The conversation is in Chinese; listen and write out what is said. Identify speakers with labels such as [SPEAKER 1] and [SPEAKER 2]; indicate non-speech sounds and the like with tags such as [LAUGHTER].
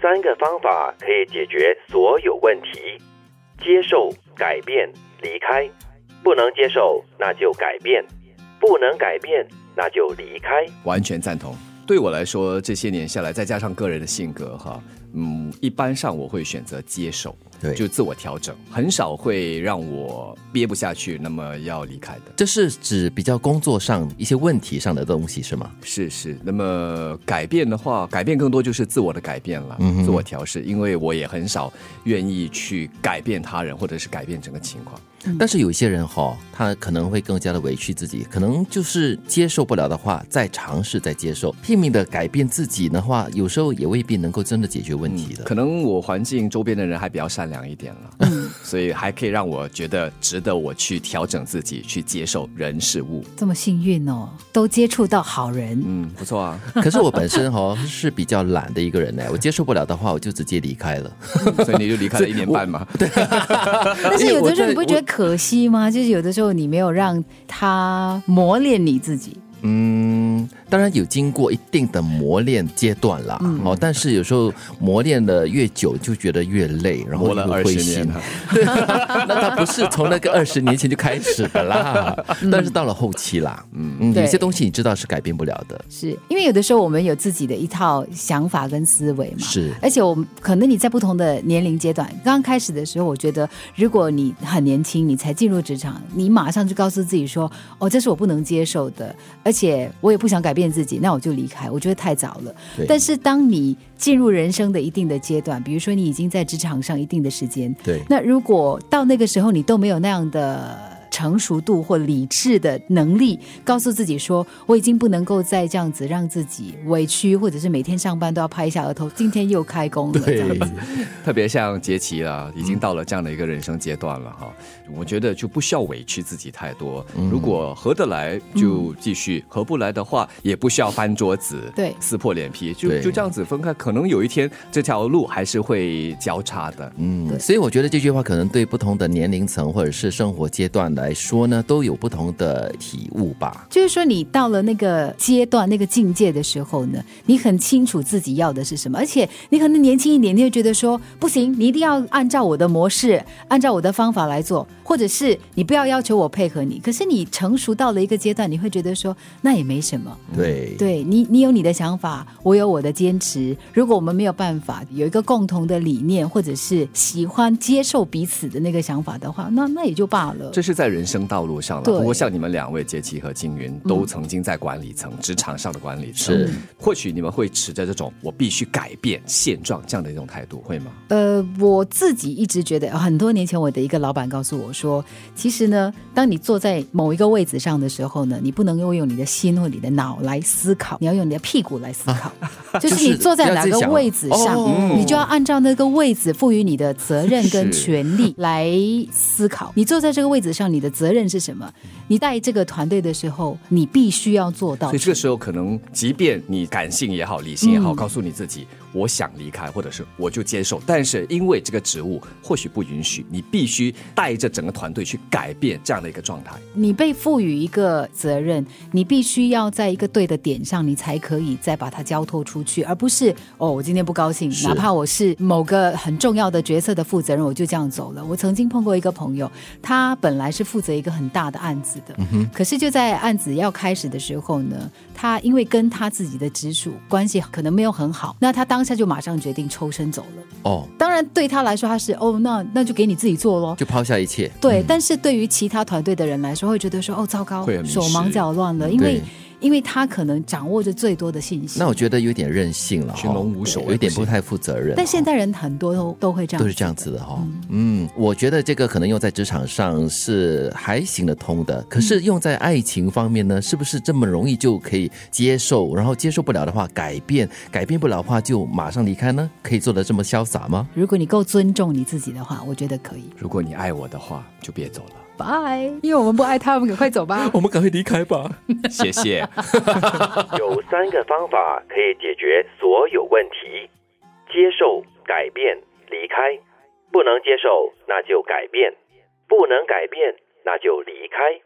[SPEAKER 1] 三个方法可以解决所有问题：接受、改变、离开。不能接受，那就改变；不能改变，那就离开。
[SPEAKER 2] 完全赞同。对我来说，这些年下来，再加上个人的性格哈，嗯，一般上我会选择接受，
[SPEAKER 3] 对
[SPEAKER 2] 就自我调整，很少会让我憋不下去，那么要离开的。
[SPEAKER 3] 这是指比较工作上一些问题上的东西是吗？
[SPEAKER 2] 是是，那么改变的话，改变更多就是自我的改变了，
[SPEAKER 3] 嗯哼
[SPEAKER 2] 自我调试，因为我也很少愿意去改变他人，或者是改变整个情况。
[SPEAKER 3] 但是有一些人哈、他可能会更加的委屈自己，可能就是接受不了的话，再尝试再接受，拼命的改变自己的话，有时候也未必能够真的解决问题
[SPEAKER 2] 嗯
[SPEAKER 3] 的。嗯
[SPEAKER 2] 可能我环境周边的人还比较善良一点了，所以还可以让我觉得值得我去调整自己，去接受人事物。
[SPEAKER 4] 这么幸运哦，都接触到好人。
[SPEAKER 2] 嗯，不错啊， [LAUGHS]
[SPEAKER 3] 可是我本身哦是比较懒的一个人呢，我接受不了的话，我就直接离开了。
[SPEAKER 2] 所以你就离开了一年半嘛。对，
[SPEAKER 4] 但是有的时候你不觉得可惜吗？就是有的时候你没有让他磨练你自己。
[SPEAKER 3] 嗯，当然有经过一定的磨练阶段啦，
[SPEAKER 2] 嗯
[SPEAKER 3] 哦，但是有时候磨练的越久，就觉得越累，然后
[SPEAKER 2] 活了
[SPEAKER 3] 越
[SPEAKER 2] 二
[SPEAKER 3] 灰
[SPEAKER 2] 十
[SPEAKER 3] 心
[SPEAKER 2] 年。啊了，
[SPEAKER 3] 对， [LAUGHS] 那他不是从那个二十年前就开始的啦，但是到了后期啦，嗯，有
[SPEAKER 4] 嗯对
[SPEAKER 3] 些东西你知道是改变不了的，
[SPEAKER 4] 是因为有的时候我们有自己的一套想法跟思维嘛。
[SPEAKER 3] 是
[SPEAKER 4] 而且我们可能你在不同的年龄阶段，刚开始的时候，我觉得如果你很年轻，你才进入职场，你马上就告诉自己说：“哦，这是我不能接受的，而且我也不想改变自己，那我就离开。”我觉得太早了
[SPEAKER 3] 对。
[SPEAKER 4] 但是当你进入人生的一定的阶段，比如说你已经在职场上一定的时间，
[SPEAKER 3] 对
[SPEAKER 4] 那如果到那个时候你都没有那样的成熟度或理智的能力，告诉自己说我已经不能够再这样子让自己委屈，或者是每天上班都要拍一下额头，今天又开工了。
[SPEAKER 3] [LAUGHS]
[SPEAKER 4] 这样
[SPEAKER 3] 对
[SPEAKER 4] 子，
[SPEAKER 2] 特别像杰奇啦，已经到了这样的一个人生阶段了哈。我觉得就不需要委屈自己太多，如果合得来就继续，合不来的话也不需要翻桌子，
[SPEAKER 4] 对
[SPEAKER 2] 撕破脸皮，就
[SPEAKER 3] 对
[SPEAKER 2] 就这样子分开。可能有一天这条路还是会交叉的。
[SPEAKER 3] 嗯，所以我觉得这句话可能对不同的年龄层或者是生活阶段来说呢，都有不同的体悟吧。
[SPEAKER 4] 就是说你到了那个阶段、那个境界的时候呢，你很清楚自己要的是什么，而且你可能年轻一点，你会觉得说不行，你一定要按照我的模式、按照我的方法来做，或者是你不要要求我配合你。可是你成熟到了一个阶段，你会觉得说那也没什么。
[SPEAKER 3] 对，
[SPEAKER 4] 嗯对你，你有你的想法，我有我的坚持。如果我们没有办法有一个共同的理念，或者是喜欢接受彼此的那个想法的话，那那也就罢了。
[SPEAKER 2] 这是在人生道路上了。
[SPEAKER 4] 对
[SPEAKER 2] 不过像你们两位杰奇和金云，都曾经在管理层、职场上的管理层，
[SPEAKER 3] 是
[SPEAKER 2] 或许你们会持着这种我必须改变现状这样的一种态度，会吗？
[SPEAKER 4] 呃，我自己一直觉得，呃很多年前我的一个老板告诉我说，其实呢，当你坐在某一个位置上的时候呢，你不能够用你的心或你的脑来思考，你要用你的屁股来思考。 [LAUGHS] 就是你坐在哪个位置上，
[SPEAKER 3] 就是要自己想哦
[SPEAKER 4] 你就要按照那个位置赋予你的责任跟权利来思考。你坐在这个位置上，你的责任是什么？你带这个团队的时候，你必须要做到
[SPEAKER 2] 所以。这个时候，可能即便你感性也好，理性也好，告诉你自己，我想离开，或者是我就接受，但是因为这个职务或许不允许，你必须带着整个团队去改变这样的一个状态。
[SPEAKER 4] 你被赋予一个责任，你必须要在一个对的点上，你才可以再把它交托出去，而不是哦，我今天不高兴，
[SPEAKER 3] 是
[SPEAKER 4] 哪怕我是某个很重要的角色的负责人，我就这样走了。我曾经碰过一个朋友，他本来是负责一个很大的案子的，可是就在案子要开始的时候呢，他因为跟他自己的直属关系可能没有很好，那他当下就马上决定抽身走了。
[SPEAKER 3] 哦，
[SPEAKER 4] 当然对他来说，他是哦，那那就给你自己做咯。
[SPEAKER 3] 就抛下一切。嗯
[SPEAKER 4] 对，但是对于其他团队的人来说，会觉得说哦，糟糕
[SPEAKER 2] 会很，迷
[SPEAKER 4] 手忙
[SPEAKER 2] 失
[SPEAKER 4] 脚乱了，因为
[SPEAKER 3] 嗯对
[SPEAKER 4] 因为他可能掌握着最多的信息
[SPEAKER 3] 那。我觉得有点任性了哈，
[SPEAKER 2] 群龙无首
[SPEAKER 3] 有
[SPEAKER 2] 也
[SPEAKER 3] 点
[SPEAKER 2] 不
[SPEAKER 3] 不
[SPEAKER 2] 行
[SPEAKER 3] 太负责任。
[SPEAKER 4] 但现
[SPEAKER 3] 在。
[SPEAKER 4] 代人很多都都会这样，
[SPEAKER 3] 都是这样子。的哈、嗯，我觉得这个可能用在职场上是还行得通的，可
[SPEAKER 4] 嗯
[SPEAKER 3] 是用在爱情方面呢，是不是这么容易就可以接受？然后接受不了的话，改变，改变不了的话就马上离开呢？可以做得这么潇洒吗？
[SPEAKER 4] 如果你够尊重你自己的话，我觉得可以。
[SPEAKER 2] 如果你爱我的话，就别走了，
[SPEAKER 4] 拜，因为我们不爱他们，赶快走
[SPEAKER 3] [LAUGHS]
[SPEAKER 4] 吧。
[SPEAKER 3] 我们 [LAUGHS] 赶快离开吧。
[SPEAKER 2] 谢谢。
[SPEAKER 1] 有三个方法可以解决所有问题：接受、改变、离开。不能接受，那就改变；不能改变，那就离开。